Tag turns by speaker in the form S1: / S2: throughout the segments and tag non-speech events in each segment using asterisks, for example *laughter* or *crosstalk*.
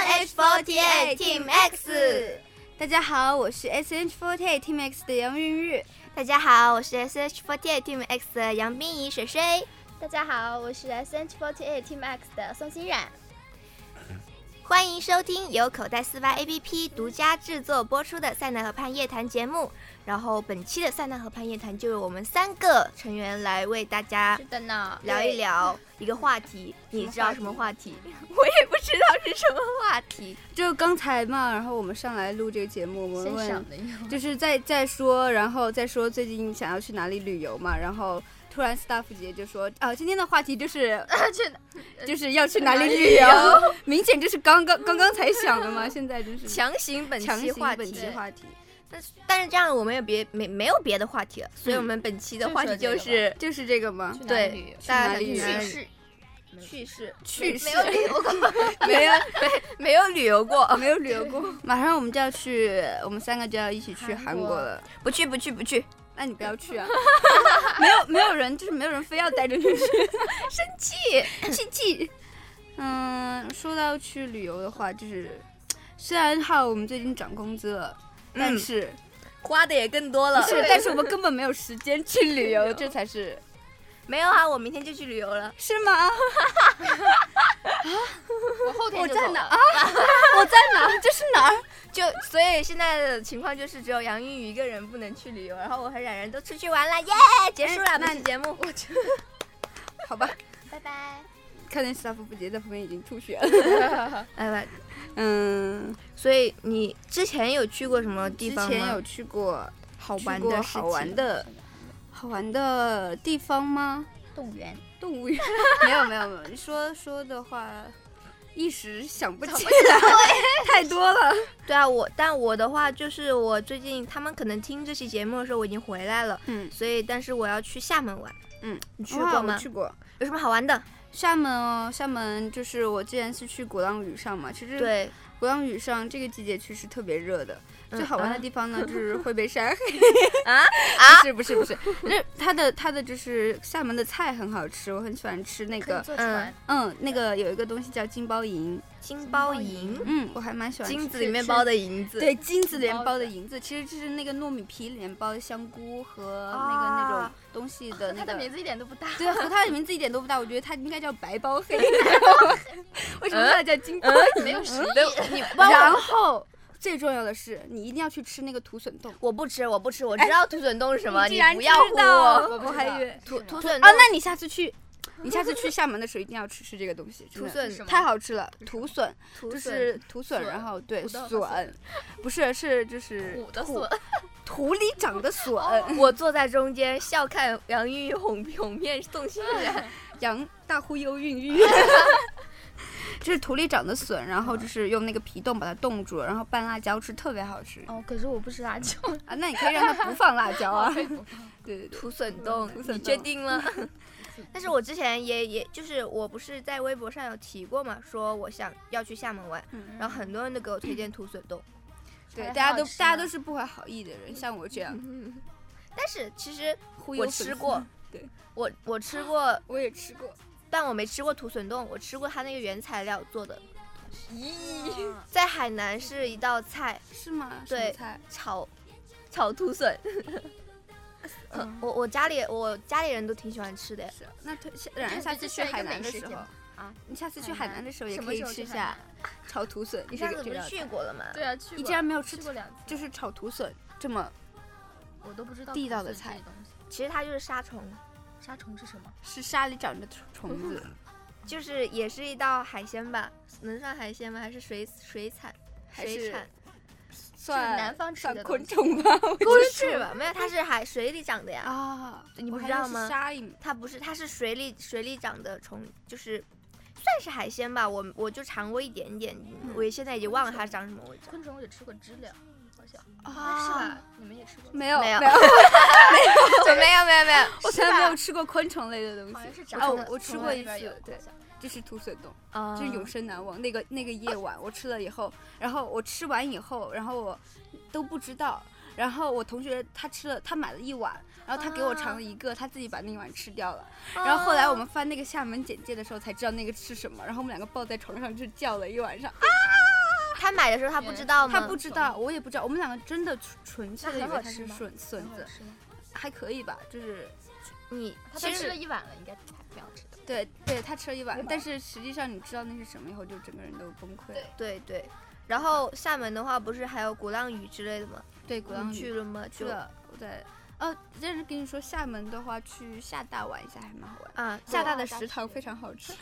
S1: SH48 Team X。
S2: 大家好，我是 SH48 Team X 的杨韵玉。
S1: 大家好，我是 SH48 Team X 的杨冰怡水水。
S3: 大家好，我是 SH48 Team X 的宋欣冉。
S1: 欢迎收听由口袋四八 APP 独家制作播出的《塞纳河畔夜谈》节目。然后本期的《塞纳河畔夜谈》就由我们三个成员来为大家
S3: 是的呢，
S1: 聊一聊一个话题。你知道什么话题？ *laughs* 我也不知道是什么话题。
S2: 就刚才嘛，然后我们上来录这个节目，我们
S3: 先
S2: 问
S3: 赏，的哟。
S2: 就是在在说，然后再说最近想要去哪里旅游嘛，然后突然 staff 姐就说，啊，今天的话题 *laughs* 就是
S3: 去
S2: *laughs* 就是要啊去哪里旅游，明显就是刚刚刚刚才想的嘛，现在就是
S1: 强行本
S2: 强
S1: 期
S2: 行
S1: 话
S2: 本期
S1: 题，
S2: 话题
S1: 但是但是这样我们也别没没有别的话题了，所以我们本期的
S3: 就
S1: 话
S3: 说
S1: 题就
S3: 这个
S1: 是
S2: 就是这个吗？
S3: 哪里旅
S1: 对
S3: 游
S1: 大家
S2: 去哪里
S1: 想
S2: 旅游
S1: 去
S3: 世，
S1: 去世
S2: 去世
S1: 没有旅游过，
S2: 没有
S1: *laughs* 没有旅游过，
S2: 没有旅游过，马上我们就要去，我们三个就要一起去
S3: 韩
S2: 韩国
S3: 国
S2: 了。
S1: 不去不去不去，
S2: 那你不要 *laughs* 去啊！没有没有人，就是没有人非要带着你去， *laughs* 生气生气。嗯，说到去旅游的话，就是虽然哈我们最近涨工资了，但
S1: 嗯
S2: 是、
S1: 花的也更多
S2: 不
S1: 了。
S2: 是，但是我们根本没有时间去旅游，这才是
S1: *laughs* 没有啊，我明天就去旅游了。
S2: 是 *laughs* 吗？啊
S3: 我后天
S2: 我
S3: 就
S2: 在
S3: 走
S2: 哪 *laughs*
S3: 了
S2: 啊？我在哪儿？这是哪儿？
S1: 就所以现在的情况就是只有杨玉一个人不能去旅游，然后我和冉冉都出去玩了，耶！结束了本期节目。我觉得
S2: 好吧，
S3: 拜拜。
S2: 看见斯塔夫不杰在旁边已经吐血了。
S1: 哎吧，
S2: 嗯，
S1: 所以你之前有去过什么地
S2: 之
S1: 方
S2: 前
S1: 吗
S2: 有去过
S1: 好
S2: 去
S1: 玩
S2: 过
S1: 的
S2: 好玩的好玩的地方吗？
S3: 动物园，
S2: 动物园 *laughs* 没有没有没有，你说说的话，一时想不起来，太多了。
S1: 对啊，我但我的话就是我最近他们可能听这期节目的时候我已经回来了，
S2: 嗯，
S1: 所以但是我要去厦门玩。
S2: 嗯，
S1: 你去
S2: 去过
S1: 过
S2: 吗？
S1: 吗？
S2: 去过
S1: 有什么好玩的？
S2: 厦门哦，厦门就是我之前是去鼓浪屿上嘛，其实
S1: 对，
S2: 鼓浪屿上这个季节去是特别热的。
S1: 嗯
S2: 最好玩的地方呢，就是会被晒黑
S1: 啊
S2: 不是不是不是，就是它的它的就是厦门的菜很好吃，我很喜欢吃那
S3: 可以
S2: 个
S3: 坐
S1: 嗯
S3: 船，
S2: 嗯那个有一个东西叫金包银，
S1: 金包银，
S2: 嗯我还蛮喜欢
S1: 金子
S2: 吃
S1: 里面
S2: 吃
S1: 包的银子。
S2: 对，金子连
S3: 包
S2: 包的
S3: 子
S2: 银子，其实就是那个糯米皮里面包的香菇和那个、那种
S1: 啊
S2: 东西的那
S3: 它的名
S2: 个。
S3: 字一点都不搭。
S2: 对，和它的名字一点都不搭，我觉得它应该叫白包
S1: *laughs*
S2: 黑，你知道吗为什么它叫金
S1: 呃
S2: 包？
S3: 没有实
S2: *laughs*
S1: 对，你帮
S2: 嗯然
S1: 我，
S2: 后最重要的是，你一定要去吃那个土笋冻。
S1: 我不吃，我不吃，我知道土笋冻是什么，
S2: 哎竟
S1: 你
S2: 然
S1: 不要
S2: 知
S1: 唬
S2: 道
S1: 我。
S2: 我还以为
S1: 土土
S2: 啊，
S1: 笋冻，
S2: 那你下次去，你下次去厦门的时候一定要吃吃这个东西，真
S1: 土
S2: 的
S1: 笋
S3: 什么
S2: 太好吃了，土笋
S1: 土
S2: 就
S1: 笋
S2: 是土笋，
S3: 笋
S2: 然后对
S3: 土豆和
S2: 笋，不是是就是
S3: 土的
S2: 土
S3: 笋，
S2: 土里长的笋，
S1: 我坐在中间笑看杨玉哄哄骗宋
S2: *laughs*
S1: 欣然。
S2: 羊大忽悠孕育。这是土里长的笋，然后就是用那个皮冻把它冻住，然后拌辣椒吃，特别好吃
S3: 哦，可是我不吃辣椒。
S2: 啊！那你可以让它不放辣椒啊。对对对，
S1: 土笋冻
S2: 土，笋
S1: 你确
S2: 冻
S1: 定吗？ *laughs* 但是我之前也也就是我不是在微博上有提过嘛，说我想要去厦门玩，
S2: 嗯
S1: 然后很多人都给我推荐土笋冻，
S2: 对，
S3: 还
S2: 大家
S3: 好
S2: 都
S3: 吃
S2: 大家
S3: 吗
S2: 都是不怀好意的人，像我这样
S1: 但是其实
S2: 忽悠
S1: 我
S2: 粉丝
S1: 吃过，
S2: 对，
S1: 我我吃过，
S2: 我也吃过。
S1: 但我没吃过土笋冻，我吃过它那个原材料做的，
S2: *laughs*
S3: 咦，
S1: 在海南是一道菜，
S2: 是吗？
S1: 对
S2: 什么菜
S1: 炒炒土笋。嗯，我我家里我家里人都挺喜欢吃的，
S2: 是。那推下然后下次去海南的时候
S3: 啊，
S2: 你下次去
S3: 海
S2: 海
S3: 南
S2: 南的时候也
S3: 什
S2: 可
S3: 么
S2: 以
S3: 时候
S2: 吃
S3: 去海
S2: 下
S3: 南？
S2: 炒土笋。
S1: 你
S2: 这
S1: 上
S2: 个
S1: 次
S2: 这
S1: 不
S2: 个
S1: 是去过了吗？
S3: 对啊，去
S2: 你
S3: 过。
S2: 竟然没有吃
S3: 吃过两次，
S2: 就是炒土笋这么
S3: 我都不知道
S2: 地道的
S3: 土笋
S2: 菜
S3: 这些东西。
S1: 其实它就是沙虫，
S3: 沙虫是什么？
S2: 是沙里长着虫虫子，
S1: 就是也是一道海鲜吧，能算海鲜吗？还是水水产？
S2: 还
S1: 水
S2: 是
S1: 产
S2: 算
S3: 南方吃
S2: 算
S3: 的
S2: 昆
S3: 东
S2: 虫
S3: 西 *laughs*
S2: 吧？ *laughs* 我
S1: 不
S2: 觉得
S1: 是吧？没有，它是海水里长的呀。
S2: 啊，
S1: 你不
S2: 我还
S1: 知道
S2: 以为是
S1: 吗
S2: 沙里
S1: 它不是，它是水里水里长的虫，就是算是海鲜吧。我我就尝过一点点，
S2: 嗯
S1: 我现在已经忘了它长什么味道。
S3: 昆虫我只吃过知了，好像是
S2: 啊，
S3: 吧？你们也吃过？
S2: 没有
S1: 没有
S2: 没有，
S1: *laughs* 没有没有没有
S2: *laughs* 我从来没有吃过昆虫类的东
S3: 好像
S2: 西。
S3: 是
S2: 啊
S3: 长
S2: 我
S3: 的
S2: 我吃
S3: 虫
S2: 过
S3: 子
S2: 一
S3: 里边有
S2: 次，对
S3: 好，像
S2: 就是土笋冻，
S1: 啊
S2: 就是
S3: 嗯
S2: 永生难忘。那个那个夜晚，我吃了以后，然后我吃完以后，然后我都不知道。然后我同学他吃了，他买了一碗，然后他给我尝了一个，他自己把那一碗吃掉了。
S3: 嗯
S1: 哦
S2: 然后后来我们翻那个厦门简介的时候才知道那个是什么，然后我们两个抱在床上就叫了一晚上啊，
S1: 他买的时候他不知道吗？
S2: 他不知道，我也不知道，我们两个真的纯纯粹的以
S3: 那很好
S2: 为它是
S3: 吃吗
S2: 笋笋子，还可以吧，就是
S1: 你
S3: 他
S1: 其
S3: 都吃了
S1: 实
S3: 一碗了，应该还挺好吃的。
S2: 对对，他吃了一碗
S3: 对，吧
S2: 但是实际上你知道那是什么以后，就整个人都崩溃了。
S1: 对对。然后厦门的话，不是还有鼓浪屿之类的吗？
S2: 对，鼓浪
S1: 你去
S2: 屿
S1: 了吗？
S2: 嗯去
S1: 就
S2: 了，我在哦，但是跟你说，厦门的话去厦大玩一下还蛮好玩，
S1: 啊，
S2: 厦
S1: 下
S2: 大的食堂非常好吃。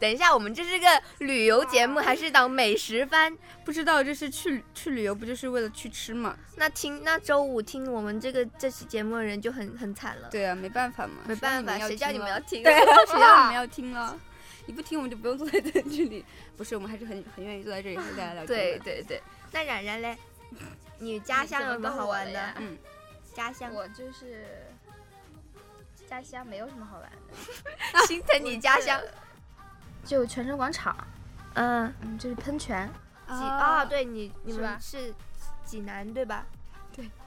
S1: 等一下，我们这是个旅游节目，还是档美食番？
S2: *laughs* 不知道这是去去旅游不就是为了去吃嘛？
S1: 那听那周五听我们这个这期节目的人就很很惨了，
S2: 对啊，没办法嘛，
S1: 没办法，谁叫你们要
S2: 听
S1: 听？
S2: 了？
S1: *laughs*
S2: 对，啊，谁叫你们要听了？你不听我们就不用坐在这里。不是，我们还是很很愿意坐在这里和大家聊
S1: 对
S2: 天的。
S1: 对对，那冉冉嘞，你家乡有什么好玩
S3: 你怎么
S1: 的
S3: 到我？了呀
S2: 嗯，
S1: 家乡，
S3: 我就是家乡没有什么好玩的，
S1: 心疼你家乡。
S3: 就泉城广场，
S1: 嗯，
S3: 嗯，就是喷泉，
S1: 济啊，
S2: 哦，
S1: 对你你
S3: 是
S1: 们
S3: 吧
S1: 是济南对吧？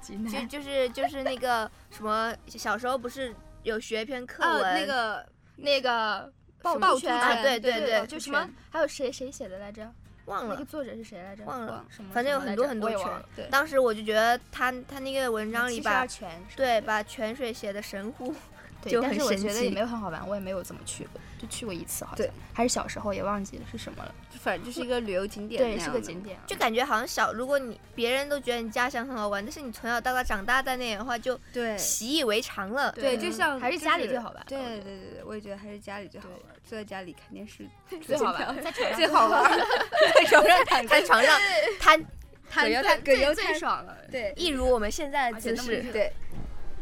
S2: 济
S1: 就就是就是那个什么，小时候不是有学篇课文、
S2: 哦，那个
S3: 那个
S1: 趵
S2: 趵
S3: 突
S2: 突
S3: 泉，
S1: 啊对对
S3: 对
S1: 对
S3: 就
S2: 趵
S3: 什么
S2: 泉，
S3: 还有谁谁写的来着？
S1: 忘
S3: 那
S1: 了
S3: 个作者是谁来着？
S1: 忘了
S2: 忘，
S3: 什么？
S1: 反正有
S3: 什么来
S1: 很
S3: 着
S1: 多很多
S3: 我也
S1: 泉
S3: 忘了。对，
S1: 当时我就觉得他他那个文章里
S3: 七十二
S1: 把
S3: 泉是吧
S1: 对把泉水写的神乎， *laughs*
S3: 对
S1: 就
S3: 但
S1: 很
S3: 是我
S1: 神
S3: 觉得
S1: 奇
S3: 也没有很好玩，我也没有怎么去过，就去过一次好像
S2: 对，
S3: 还是小时候也忘记了是什么了。
S2: 就反正就是一个旅游景点那样
S3: 对，
S2: 的，
S3: 是个景点，啊
S1: 就感觉好像小，如果你别人都觉得你家乡很好玩，但是你从小到大长大在那里的话，就
S2: 对
S1: 习以为常了。
S2: 对，
S3: 嗯
S2: 就像
S3: 还是
S2: 就
S3: 家里最好玩
S2: 对
S3: 我觉
S2: 对
S3: 得
S2: 对对对，我也觉得还是家里最好玩，坐在家里看电视
S3: *laughs* 最好玩，在船
S2: *laughs*
S3: 上
S2: 最好玩，在床上躺
S1: 在
S2: 着
S1: 床
S2: *laughs*
S1: 上瘫，
S2: 躺
S1: 腰
S2: 着
S1: 瘫
S2: 躺，葛
S3: *laughs* 最
S2: 优
S3: 最爽了。
S2: 对
S1: 一如我们现在的
S3: 而且
S1: 姿
S3: 那么
S1: 势。
S3: 热
S2: 对。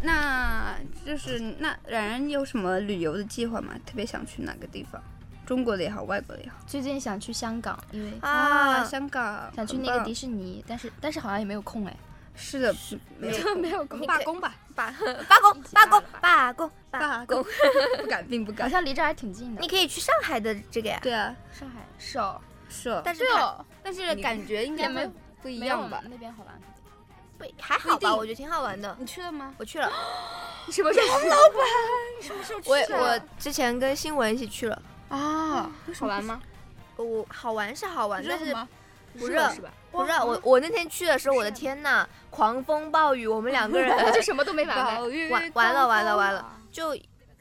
S2: 那就是那冉冉有什么旅游的计划吗？特别想去哪个地方？中国的也好，外国的也好
S3: 最近想去香港，因为
S1: 啊，嗯
S2: 香港
S3: 嗯想去
S2: 很
S3: 那个
S2: 棒
S3: 迪士尼，但是但是好像也没有空哎，
S2: 是的，没有
S3: *laughs* 没有
S2: 我
S3: 空
S2: 们，罢工吧，
S1: 罢罢工，罢工，罢工，罢
S2: 罢
S1: 工
S2: 工。， *laughs* 不敢，并不
S3: *laughs* 好
S2: 敢。
S3: 像离这儿还挺近的。
S1: 你可以去上海的这个呀，
S2: 对啊，
S3: 上海是哦，
S2: 是哦，
S1: 但是
S3: 对
S1: 它
S3: 哦，
S2: 但是
S3: 你
S2: 感觉应该
S3: 也没
S2: 会
S3: 有
S2: 不一
S3: 没有
S2: 样吧？
S3: 那边好玩。
S1: 不还
S2: 不一
S1: 好吧？
S2: 定
S1: 我觉得挺好玩
S2: *laughs*
S1: 的。
S2: 你去了吗？
S1: 我去了，
S2: 你什么时候？老板，什么时候去
S1: 我
S2: 的
S1: 我之前跟新闻一起去了，
S2: 啊，
S3: 好玩吗？
S1: 我好玩是好玩，但是
S2: 吗？啊
S1: 不热
S3: 是吧？
S1: 不是我我那天去的时候，我的天呐，狂风暴雨，我们两个
S2: *laughs*
S1: 人
S3: *laughs* 就什么都没玩呗。哦
S1: 完完了完了完了，就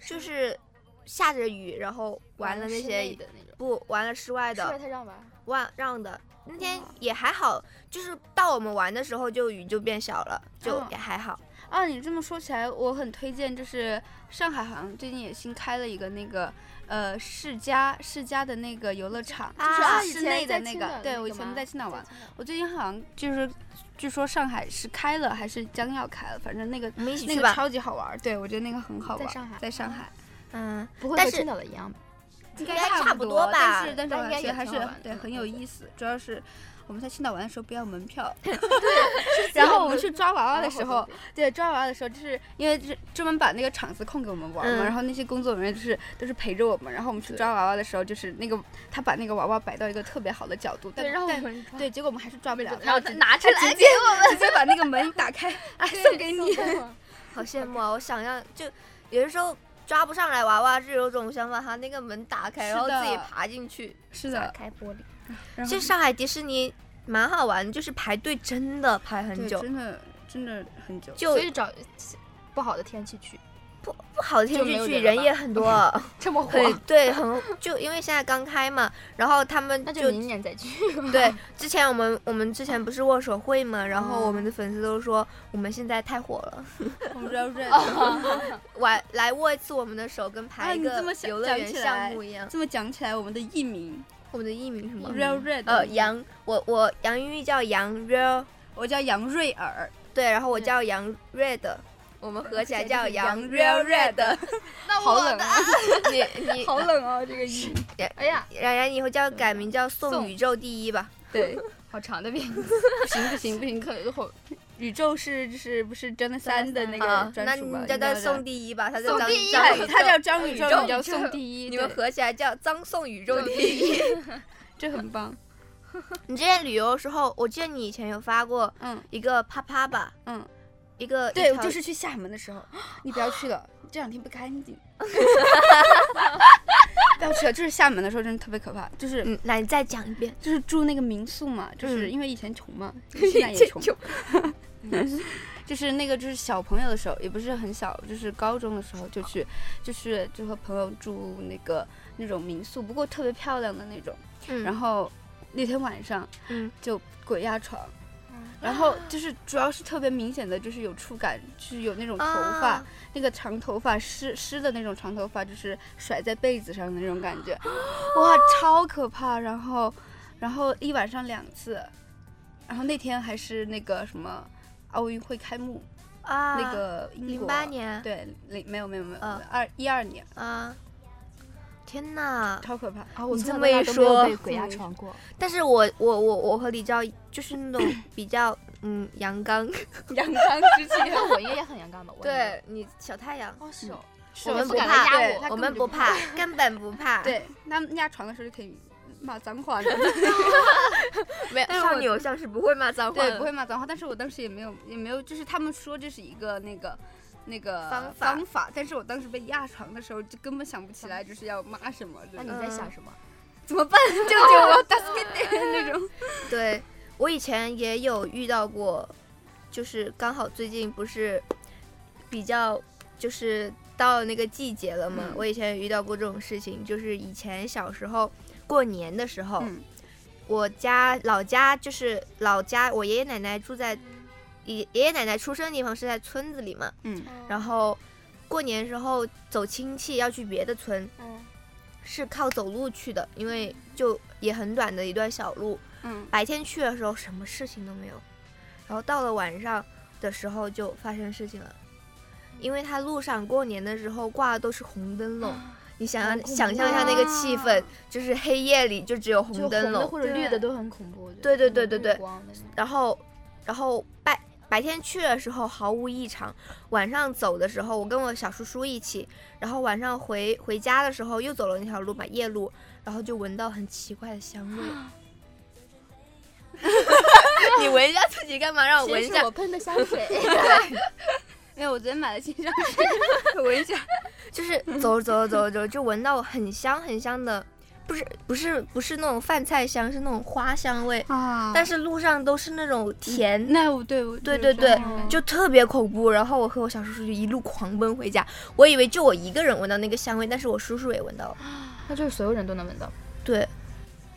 S1: 就是下着雨，然后玩了那
S3: 室内
S1: 些
S3: 的那种，
S1: 不玩了室外
S3: 室外
S1: 的，
S3: 他让玩。
S1: 玩让的。那天也还好，就是到我们玩的时候，就雨就变小了，就
S2: 哦
S1: 也还好。
S2: 啊，你这么说起来，我很推荐，就是上海好像最近也新开了一个那个呃世嘉世嘉的那个游乐场，
S1: 啊
S2: 就是室内的那个。对，我以前在青岛玩。，我最近好像就是据说上海是开了还是将要开了，反正那个
S1: 我们一起
S2: 那
S1: 去
S2: 个
S1: 吧，
S2: 超级好玩儿，对我觉得那个很好
S3: 在
S2: 玩儿。
S3: 上海
S2: 在上海
S1: 嗯，
S3: 不会
S1: 但
S3: 和
S1: 是
S3: 青岛的一样吧？
S2: 应
S1: 该差
S2: 不
S1: 不多吧
S2: 但是但是
S3: 但
S2: 我
S3: 应该
S2: 觉
S3: 也
S2: 得还
S3: 挺
S2: 是
S3: 好玩的
S2: 对
S3: 嗯
S2: 很有
S3: 对
S2: 意思，主要是。我们在青岛玩的时候不要门票，
S3: 啊
S2: *laughs* 然后我们去抓娃娃的时候，对抓娃娃的时候，就是因为是专门把那个场子空给我们玩嘛，
S1: 嗯
S2: 然后那些工作人员就是都是陪着我们，然后我们去抓娃娃的时候，就是那个他把那个娃娃摆到一个特别好的角度，但
S3: 对，然后我
S2: 但
S3: 们
S2: 对，结果我们还是抓不了，
S3: 然后
S2: 他直
S3: 拿出
S2: 他 *laughs*
S3: 来
S2: 直接直接把那个门一打开，啊，送给你，
S3: *laughs*
S1: 好羡慕啊！我想要就有的时候抓不上来娃娃，就有种想把它那个门打开，
S2: 是
S1: 然后自己
S2: 的
S1: 爬进去。
S2: *laughs* 是
S3: 打
S2: 的，
S3: 开玻璃，
S2: 然后
S1: 其实上海迪士尼蛮好玩，就是排队真的排很
S2: 对
S1: 久，
S2: 真的真的很久，
S1: 就
S3: 所以找不好的天气去，
S1: 不好的天
S3: 就没
S1: 气
S3: 有
S1: 去
S3: 人了
S1: 人
S3: 吧
S1: 也很多，
S3: 这么火，
S1: 很对，很就因为现在刚开嘛，然后他们
S3: 那
S1: 就
S3: 就明
S2: *laughs*
S3: 年再去。
S1: 对，之前我们我们之前不是握手会嘛，然后我们的粉丝都说我们现在太火了，
S2: 我们要认。
S1: 玩来握一次我们的手，跟
S2: 啊
S1: 排一
S2: 你
S1: 个
S2: 这么想
S1: 游乐
S2: 讲
S1: 园
S2: 起
S1: 项
S2: 来
S1: 目一样。
S2: 这么讲起来，我们的艺名
S1: 我们的艺名是吗？
S2: Real Red，
S1: 呃，杨，我我杨玉叫杨 Real，
S2: 我叫杨瑞尔，
S1: 对，然后我叫杨 Red，我们合起来
S2: *laughs*
S1: 叫杨 Real
S2: 嗯 Real
S1: Red。
S3: 那
S2: 好冷啊，
S1: *laughs* 你
S3: *laughs*
S1: 你
S2: *laughs* 好冷哦，这个艺名。
S3: 哎呀，
S1: 冉冉以后叫改名叫宋
S3: 宋
S1: 宇宙第一吧。
S2: 对，
S3: *laughs* 好长的 *laughs* 名字，
S2: *laughs* 不行不行不行，
S3: 可后
S2: 宇宙是就是不是真的三的那
S1: 啊
S2: 个，
S1: 那
S2: 专属
S1: 你
S2: 吧？
S1: 叫他
S2: 应该叫
S1: 宋第一吧，他叫
S3: 宋
S1: 张
S3: 第一
S1: 张宇宙
S2: 他他叫张宇宙，
S3: 宙
S2: 你叫
S3: 宇宙
S1: *laughs*
S2: 宋第一，
S1: 你们
S2: 对
S1: 合起来叫张宋宇宙第一。
S2: 这很棒。
S1: *laughs* 你之前旅游的时候，我记得你以前有发过
S2: 嗯，
S1: 一个啪啪吧，
S2: 嗯，
S1: 一个
S2: 对，
S1: 一
S2: 我
S1: 条
S2: 就是
S1: *laughs*
S2: 去 *gasps* *laughs* 厦门的时候，你不要去了，这两天不干净。不要去了。 *laughs* 就是厦门的时候，真的特别可怕，就是
S1: 嗯，那你再讲一遍。
S2: 就是住那个民宿嘛，就是
S1: 嗯
S2: 因为以前穷嘛，
S1: *laughs*
S2: 现在也穷， *laughs* 就是那个就是小朋友的时候，也不是很小，就是高中的时候就去，就是就和朋友住那个那种民宿，不过特别漂亮的那种。
S1: 嗯，
S2: 然后那天晚上
S1: 嗯，
S2: 就鬼压床。然后就是主要是特别明显的，就是有触感，就是有那种头发，
S1: 啊
S2: 那个长头发湿湿的那种长头发，就是甩在被子上的那种感
S1: *gasps*
S2: 觉，哇，超可怕。然后，然后一晚上两次，然后那天还是那个什么奥运会开幕，
S1: 啊，
S2: 那个英国
S1: 零八年
S2: 嗯对，零没有没有没有
S1: 嗯
S2: 二一二年，
S1: 啊，天哪！
S2: 超可怕。啊，我
S1: 你
S2: 从
S1: 这么一
S2: 小到大都没有
S1: 说
S2: 被鬼压
S1: 嗯
S2: 床过，
S1: 但是我我我我和李昭就是那种比较嗯阳刚，
S2: 阳刚
S1: *laughs*
S2: 之气。
S4: 像我应该也很阳刚吧？我也，
S1: 你小太阳，
S2: 嗯
S4: 哦是哦，
S2: 是
S4: 我
S1: 我
S4: 们
S1: 们
S4: 不
S1: 不
S4: 敢
S1: 怕
S4: 来
S2: 对
S4: 压
S2: 他
S1: 我
S2: 根本
S1: 们
S2: 就
S1: 不
S2: 不
S1: 怕，根本不怕。，
S2: 对，他们压床的时候就可以骂脏
S1: *laughs*
S2: 话的，
S1: 没有
S2: 但是
S1: 少
S2: 我
S1: 女偶像是不会骂脏话的，
S2: 对，不会骂脏话。但是我当时也没有，也没有，就是他们说这是一个那个。那个
S1: 方法
S2: 但是我当时被压床的时候，就根本想不起来就是要骂什么，
S4: 那
S2: 真
S4: 你
S2: 的
S4: 在想什么？
S2: 怎么办？救救我！ *laughs* 打死给那种。
S1: 对我以前也有遇到过，就是刚好最近不是比较就是到那个季节了嘛，
S2: 嗯
S1: 我以前也遇到过这种事情，就是以前小时候过年的时候，
S2: 嗯
S1: 我家老家就是老家，我爷爷奶奶住在爷爷爷奶奶出生的地方是在村子里嘛，
S2: 嗯
S1: 然后过年时候走亲戚要去别的村，
S2: 哦
S4: 嗯
S1: 是靠走路去的，因为就也很短的一段小路，
S2: 嗯，
S1: 白天去的时候什么事情都没有，然后到了晚上的时候就发生事情了，因为他路上过年的时候挂的都是红灯笼，
S4: 啊
S1: 你想
S4: 好
S1: 要
S4: 恐怖
S1: 想象一下那个气氛，就是黑夜里就只有
S4: 啊嗯就
S1: 红
S4: 红
S1: 嗯灯
S4: 的
S1: 笼，
S4: 或者绿的
S2: 对
S4: 都很恐怖。我觉得
S1: 对对
S4: 那
S1: 对
S4: 种
S1: 对
S4: 绿
S1: 对
S4: 光的那种
S1: 然后然后白白天去的时候毫无异常，晚上走的时候我跟我小叔叔一起，然后晚上回回家的时候又走了那条路嘛夜路，然后就闻到很奇怪的香味。 *laughs* 你闻一下自己干嘛？啊让我闻一
S3: 其实
S1: 下
S3: 是我。喷的香
S4: *laughs*
S3: 水，
S2: 没哎有，我昨天买了新香水， *laughs* 我闻一下。
S1: 就是走着走着走着走着，就闻到很香很香的，不是不是不是那种饭菜香，是那种花香味。
S2: 啊
S1: 但是路上都是那种甜，
S2: 那我对嗯我
S1: 对
S2: 就
S1: 对
S2: 是这样
S1: 对
S2: 的感觉
S1: 就特别恐怖。然后我和我小叔叔就一路狂奔回家，我以为就我一个人闻到那个香味，但是我叔叔也闻到了，
S4: 那就是所有人都能闻到。
S1: 对，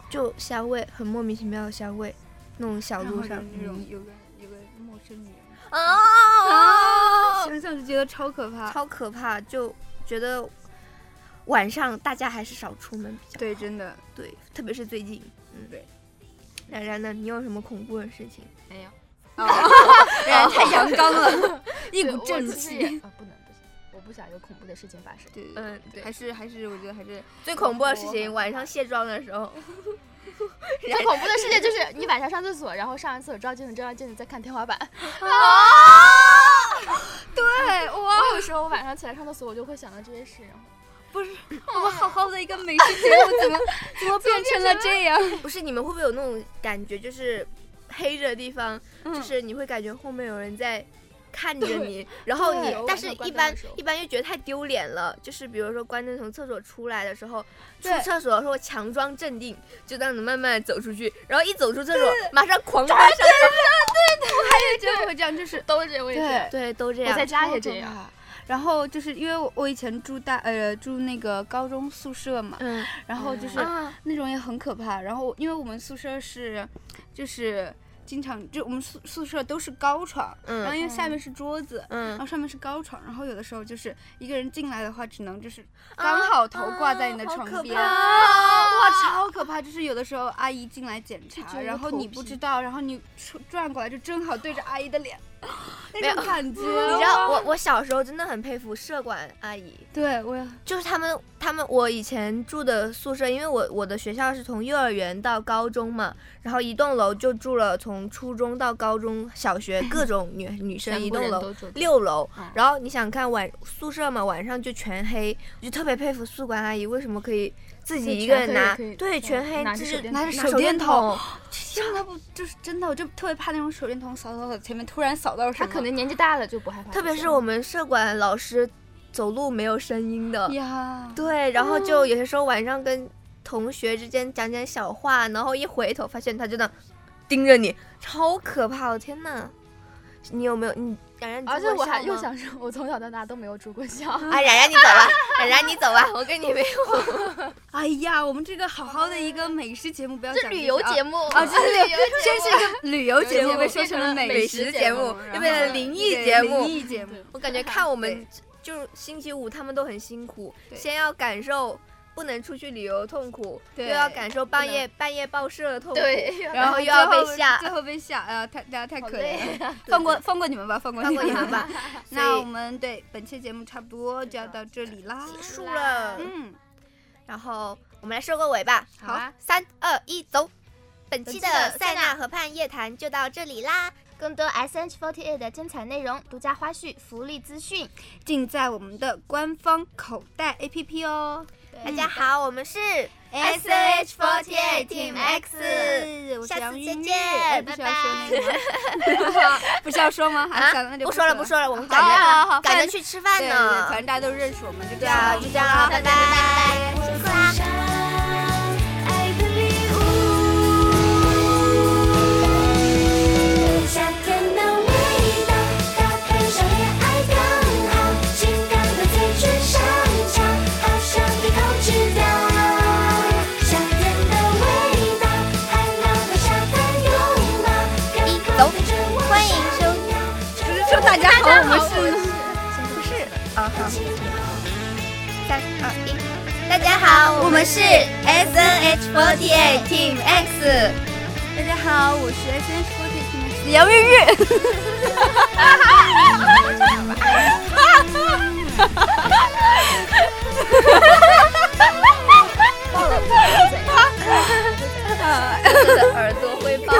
S1: 就香味很莫名其妙的香味，那种小
S2: 然
S1: 路
S2: 后有
S1: 上
S2: 那种嗯有个有个陌生女人，
S1: 哦，
S2: 想想就觉得超可怕。
S1: 超可怕，就觉得晚上大家还是少出门比较好。
S2: 对，真 *laughs* 的
S1: 对，特别是最近，嗯，
S2: 对。
S1: 然然呢？你有什么恐怖的事情？
S4: 没有，
S2: 哦然
S1: *laughs*
S2: 太阳刚了，
S4: *laughs*
S2: 一
S4: 对
S2: 股
S4: 我
S2: 正
S4: 其实也
S2: 气。
S4: 啊，不能不行，我不想有恐怖的事情发生。
S2: *laughs* 对，
S1: 嗯，对
S2: 还是还是我觉得还是
S1: 最恐怖的事
S2: 我
S1: 情，晚上卸妆的时候，
S4: 最恐怖的事情就是你晚上上厕所，然后上完厕所照镜子，照完镜子再看天花板。 *laughs* 啊
S2: 对哇，
S4: 我有时候晚上起来上厕所，我就会想到这些事，然后
S2: 我们好好的一个美食节目， *laughs* 怎么怎么变成了这样？
S1: 不是你们会不会有那种感觉，就是黑着的地方，
S2: 嗯 *laughs*
S1: 就是你会感觉后面有人在看着你，然后你
S4: 对，
S1: 但是
S4: 我晚上
S1: 一
S4: 关灯
S1: 般
S4: 的时候
S1: 一般又觉得太丢脸了，就是比如说关灯从厕所出来的时候，出
S2: 对
S1: 厕所的时候强装镇定，就让你慢慢地走出去，然后一走出厕所，马上狂奔上床，
S2: 对，真的会这样，就是
S4: *laughs* 都是我也是，
S1: 对，都这
S4: 我在
S1: 样，
S4: 家也这样。。
S2: 然后就是因为我我以前住大呃住那个高中宿舍嘛，
S1: 嗯
S2: 然后就是
S1: 啊，
S2: 那种也很可怕。然后因为我们宿舍是，就是经常就我们宿宿舍都是高床，然后
S1: 嗯
S2: 因为下面是桌子，然
S1: 嗯
S2: 后上面是高床，然后有的时候就是一个人进来的话，只能就是刚好头挂在
S1: 啊
S2: 你的床边，啊哇，超可怕！就是有的时候阿姨进来检
S4: 就
S2: 查，
S4: 觉得
S2: 然后
S4: 头
S2: 你
S4: 皮
S2: 不知道，然后你出转过来就正好对着阿姨的
S1: *laughs*
S2: 脸，
S1: 没有
S2: 那种感
S1: *laughs*
S2: 觉，
S1: 你
S2: 你
S1: 知道我我小时候真的很佩服社管阿姨，
S2: 对我也
S1: 就是他们他们我以前住的宿舍，因为我我的学校是从幼儿园到高中嘛，然后一栋楼就住了从初中到高中、小学各种女女生一栋楼。六楼
S4: 嗯，
S1: 然后你想看晚宿舍嘛，晚上就全黑，我就特别佩服宿管阿姨为什么可以自己
S4: 对
S1: 一个
S4: 全黑
S1: 人拿
S4: 可以，
S1: 对，
S4: 嗯
S1: 全黑，
S4: 拿
S1: 就
S4: 着
S1: 是
S4: 手电
S1: 拿
S2: 筒
S1: 手电筒，
S2: 真的不就是真的，我就特别怕那种手电筒扫扫扫，前面突然扫到什
S4: 他
S2: 么，
S4: 可能年纪大了就不害怕这些了。
S1: 特别是我们社管老师走路没有声音的，
S2: 呀，
S1: 对，然后就有些时候晚上跟同学之间讲讲小话，然后一回头发现他就那盯着你，超可怕！我天呐，你有没有你冉冉？你住
S4: 而且
S1: 过
S4: 我
S1: 校
S4: 还又
S1: 吗
S4: 嗯想说，我从小到大都没有住过校。
S1: 啊，冉冉你走吧，冉冉你走吧，我跟你没有。
S2: 哎呀，我们这个好好的一个美食节目，不要
S3: 这
S2: 讲
S3: 旅游节
S2: 目
S1: 哦
S3: 目
S2: 啊，这是
S4: *laughs*
S2: 旅
S3: *laughs*
S2: 游，
S3: 节
S2: 先是一个旅游节
S4: 旅游节
S2: 目，
S4: 目
S2: 被说成了
S1: 美
S2: 食
S1: 食
S2: 节
S1: 节目又
S2: 然后
S1: 变成
S2: 呢
S1: 灵异
S2: 对
S1: 节目
S2: 灵异节目。
S1: 我感觉看我们
S2: 对
S1: 就是星期五他们都很辛苦，
S2: 对
S1: 先要感受不能出去旅游的痛苦，又
S2: 对
S1: 要感受半夜半夜报社的痛苦，
S4: 对，
S1: 然后又要
S2: 最
S1: 被吓啊
S2: 最后被吓，啊，太大家太可
S4: 好
S2: 怜
S4: 累
S2: 了，放过放过你们吧，放过
S1: 放过你
S2: 们
S1: 们吧。
S2: 那
S1: 所以
S2: 我们对本期节目差不多就要到这里啦，
S1: 结束了，
S2: 嗯，
S1: 然后我们来收个尾吧。
S2: 好啊，
S1: 三二一，走！本期
S3: 期
S1: 的
S3: 的
S1: 塞
S3: 塞
S1: 纳
S3: 纳
S1: 河畔夜谈就到这里啦，
S3: 更多 SH48 的精彩内容、独家花絮、福利资讯。
S2: 尽在我们的官方口袋 APP 哦。
S1: 大家好，我们是
S2: SH48
S1: Team X
S2: 我是
S1: 下次再
S2: 杨玉玉
S1: 见
S2: 哎不是要说那个 *laughs* 吗？不是要说吗？好，算了，那就
S1: 不说了啊不
S2: 了。
S1: 说了，我们赶
S2: 好
S1: 着
S2: 好好，
S1: 赶
S2: 反
S1: 着
S2: 正
S1: 去吃饭
S2: 对对对
S1: 呢
S2: 反。正大家都认识我们，就这
S1: 对
S2: 样
S1: 啊，
S2: 了
S1: 就这样啦，拜拜拜拜，辛苦啦。
S5: 爱的礼物。夏天的味道，打开手也爱刚好，性感的嘴唇上翘，好像一口吃掉。夏天的味道，海浪和沙滩拥抱，一口对着我欢迎收
S2: 不是说大家好，我们是
S1: 不是，
S5: 听。
S1: 三二一，大家好，我们是 S N H 4 8 Team X，
S2: 大家好，我是 S N Forty
S1: 杨 *laughs* 玉玉。
S2: 的耳朵会爆。